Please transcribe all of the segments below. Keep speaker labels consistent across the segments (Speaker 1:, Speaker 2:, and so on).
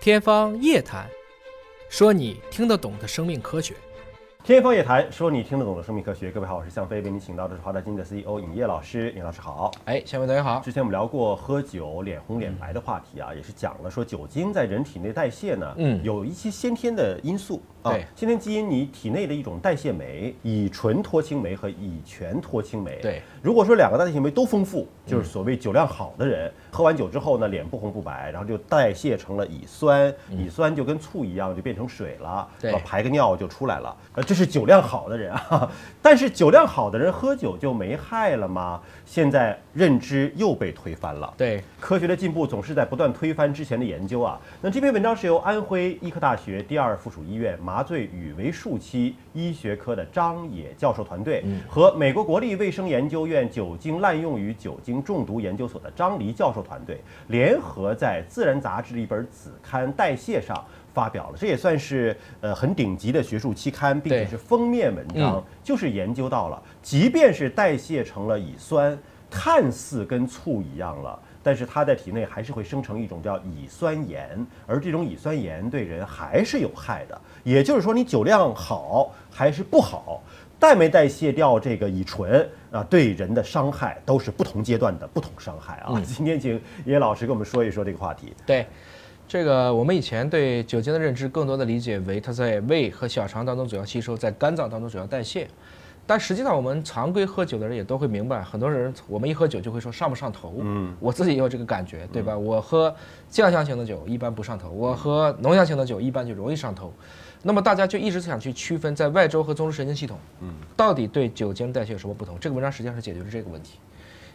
Speaker 1: 天方夜谭，说你听得懂的生命科学。
Speaker 2: 天方夜谭，说你听得懂的生命科学。各位好，我是向飞，为您请到的是华大基因的 CEO 尹烨老师。尹老师好。
Speaker 1: 哎，下面同学好，
Speaker 2: 之前我们聊过喝酒脸红脸白的话题啊，也是讲了说酒精在人体内代谢呢，
Speaker 1: 嗯
Speaker 2: 有一些先天的因素啊
Speaker 1: 对，
Speaker 2: 先天基因你体内的一种代谢酶，乙醇脱氢酶和乙醛脱氢酶。
Speaker 1: 对，嗯
Speaker 2: 如果说两个代谢酶都丰富，就是所谓酒量好的人，喝完酒之后呢，脸不红不白，然后就代谢成了乙酸，乙酸就跟醋一样，就变成水了，
Speaker 1: 嗯
Speaker 2: 啊
Speaker 1: 对
Speaker 2: 然后排个尿就出来了。呃，这是酒量好的人啊， 但是酒量好的人喝酒就没害了吗？现在认知又被推翻了。
Speaker 1: 对，
Speaker 2: 科学的进步总是在不断推翻之前的研究啊。那这篇文章是由安徽医科大学第二附属医院麻醉与为术期医学科的张野教授团队和美国国立卫生研究院酒精滥用与酒精中毒研究所的张黎教授团队联合在《自然》杂志的一本子刊《代谢》上。发表了，这也算是呃很顶级的学术期刊，并且
Speaker 1: 对
Speaker 2: 是封面文章，
Speaker 1: 嗯
Speaker 2: 就是研究到了，即便是代谢成了乙酸，看似跟醋一样了，但是它在体内还是会生成一种叫乙酸盐，而这种乙酸盐对人还是有害的。也就是说，你酒量好还是不好，代没代谢掉这个乙醇啊，对人的伤害都是不同阶段的不同伤害啊。
Speaker 1: 嗯
Speaker 2: 今天请叶老师跟我们说一说这个话题。
Speaker 1: 对，这个我们以前对酒精的认知更多的理解为它在胃和小肠当中主要吸收，在肝脏当中主要代谢。但实际上，我们常规喝酒的人也都会明白，很多人我们一喝酒就会说上不上头。嗯，我自己也有这个感觉，对吧？我喝酱香型的酒一般不上头，我喝浓香型的酒一般就容易上头。那么大家就一直想去区分在外周和中枢神经系统，嗯，到底对酒精代谢有什么不同？这个文章实际上是解决了这个问题。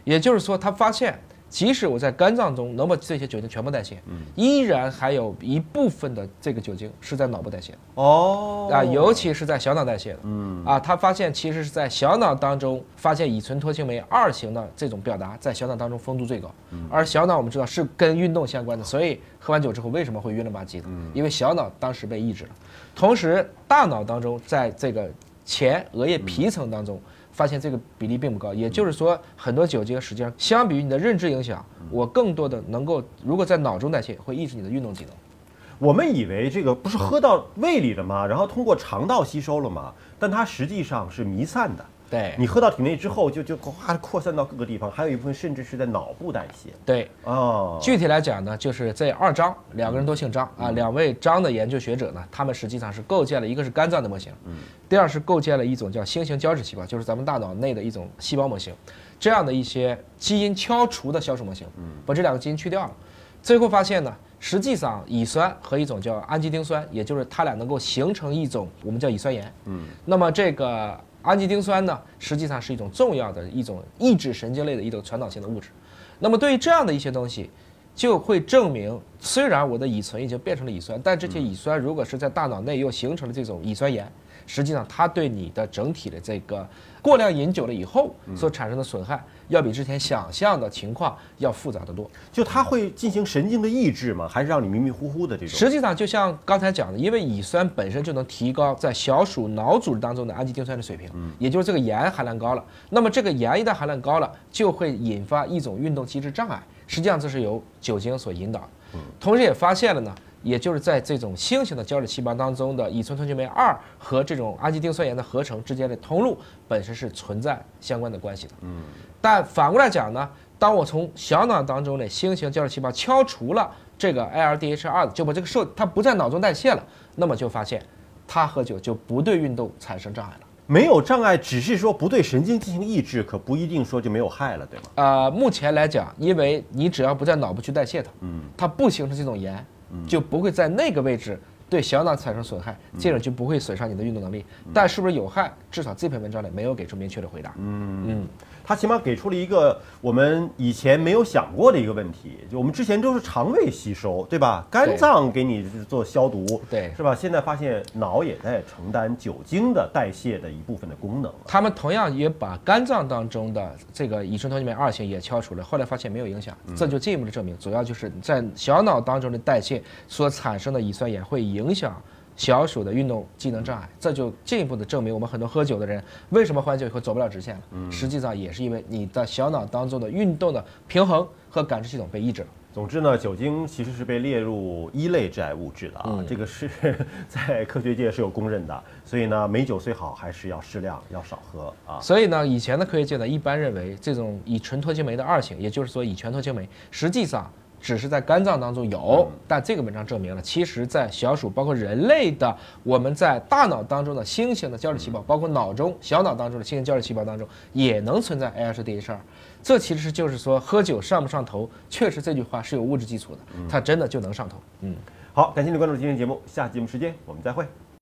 Speaker 1: 也就是说，他发现，即使我在肝脏中能把这些酒精全部代谢，依然还有一部分的这个酒精是在脑部代谢的
Speaker 2: 哦
Speaker 1: 啊，尤其是在小脑代谢的。嗯啊，他发现其实是在小脑当中发现乙醇脱氢酶二型的这种表达在小脑当中丰度最高，
Speaker 2: 嗯
Speaker 1: 而小脑我们知道是跟运动相关的，所以喝完酒之后为什么会晕了
Speaker 2: 嗯
Speaker 1: 吧唧的？因为小脑当时被抑制了，同时大脑当中在这个前额叶皮层当
Speaker 2: 嗯
Speaker 1: 中。发现这个比例并不高，也就是说，很多酒精实际上相比于你的认知影响，
Speaker 2: 嗯
Speaker 1: 我更多的能够，如果在脑中代谢，会抑制你的运动技能。
Speaker 2: 我们以为这个不是喝到胃里了吗？然后通过肠道吸收了吗？但它实际上是弥散的。
Speaker 1: 对
Speaker 2: 你喝到体内之后就，就哗扩散到各个地方，还有一部分甚至是在脑部代谢。
Speaker 1: 对，
Speaker 2: 哦，
Speaker 1: 具体来讲呢，就是这二张，两个人都姓张啊，两位张的研究学者呢，他们实际上是构建了一个是肝脏的模型，第二是构建了一种叫星形胶质细胞，就是咱们大脑内的一种细胞模型，这样的一些基因敲除的消除模型，把这两个基因去掉了，最后发现呢。实际上，乙酸和一种叫氨基丁酸，也就是它俩能够形成一种我们叫乙酸盐。嗯，那么这个氨基丁酸呢，实际上是一种重要的一种抑制神经类的一种传导性的物质。那么对于这样的一些东西，就会证明，虽然我的乙醇已经变成了乙酸，但这些乙酸如果是在大脑内又形成了这种乙酸盐，实际上它对你的整体的这个过量饮酒了以后所产生的损害，要比之前想象的情况要复杂得多。
Speaker 2: 就它会进行神经的抑制吗？还是让你迷迷糊糊的这种？
Speaker 1: 实际上，就像刚才讲的，因为乙酸本身就能提高在小鼠脑组织当中的氨基丁酸的水平，
Speaker 2: 嗯
Speaker 1: 也就是这个盐含量高了。那么这个盐一旦含量高了，就会引发一种运动机制障碍。实际上，这是由酒精所引导的。
Speaker 2: 嗯
Speaker 1: 同时也发现了呢，也就是在这种新型的胶质细胞当中的乙醇脱氢酶二和这种氨基丁酸盐的合成之间的通路本身是存在相关的关系的。但反过来讲呢，当我从小脑当中的新型胶质细胞敲除了这个 ILDH2，就把这个受它不在脑中代谢了，那么就发现，他喝酒就不对运动产生障碍了。
Speaker 2: 没有障碍，只是说不对神经进行抑制，可不一定说就没有害了，对吗？
Speaker 1: 呃，目前来讲，因为你只要不在脑部去代谢它，嗯，它不形成这种盐，就不会在那个位置对小脑产生损害，进而就不会损伤你的运动能力。但是不是有害，至少这篇文章里没有给出明确的回答。
Speaker 2: 他起码给出了一个我们以前没有想过的一个问题，就我们之前都是肠胃吸收，对吧？肝脏给你做消毒，
Speaker 1: 对
Speaker 2: 是吧？现在发现脑也在承担酒精的代谢的一部分的功能了。
Speaker 1: 他们同样也把肝脏当中的这个乙醇脱氢酶二型也敲除了，后来发现没有影响，这就进一步的证明，主要就是在小脑当中的代谢所产生的乙酸盐会影响小鼠的运动机能障碍，这就进一步的证明我们很多喝酒的人为什么喝完酒以后走不了直线了，实际上也是因为你的小脑当中的运动的平衡和感知系统被抑制了。
Speaker 2: 总之呢，酒精其实是被列入一类致癌物质的啊，这个是在科学界是有公认的。所以呢，美酒虽好，还是要适量，要少喝啊。
Speaker 1: 所以呢，以前的科学界呢，一般认为这种乙醇脱氢酶的二型，也就是说乙醛脱氢酶，实际上只是在肝脏当中有，但这个文章证明了，其实在小鼠，包括人类的，我们在大脑当中的新型的胶质细胞，包括脑中小脑当中的新型胶质细胞当中，也能存在 ASDH 二。这其实就是说，喝酒上不上头，确实这句话是有物质基础的，它真的就能上头。嗯。
Speaker 2: 好，感谢您关注今天节目，下期节目时间我们再会。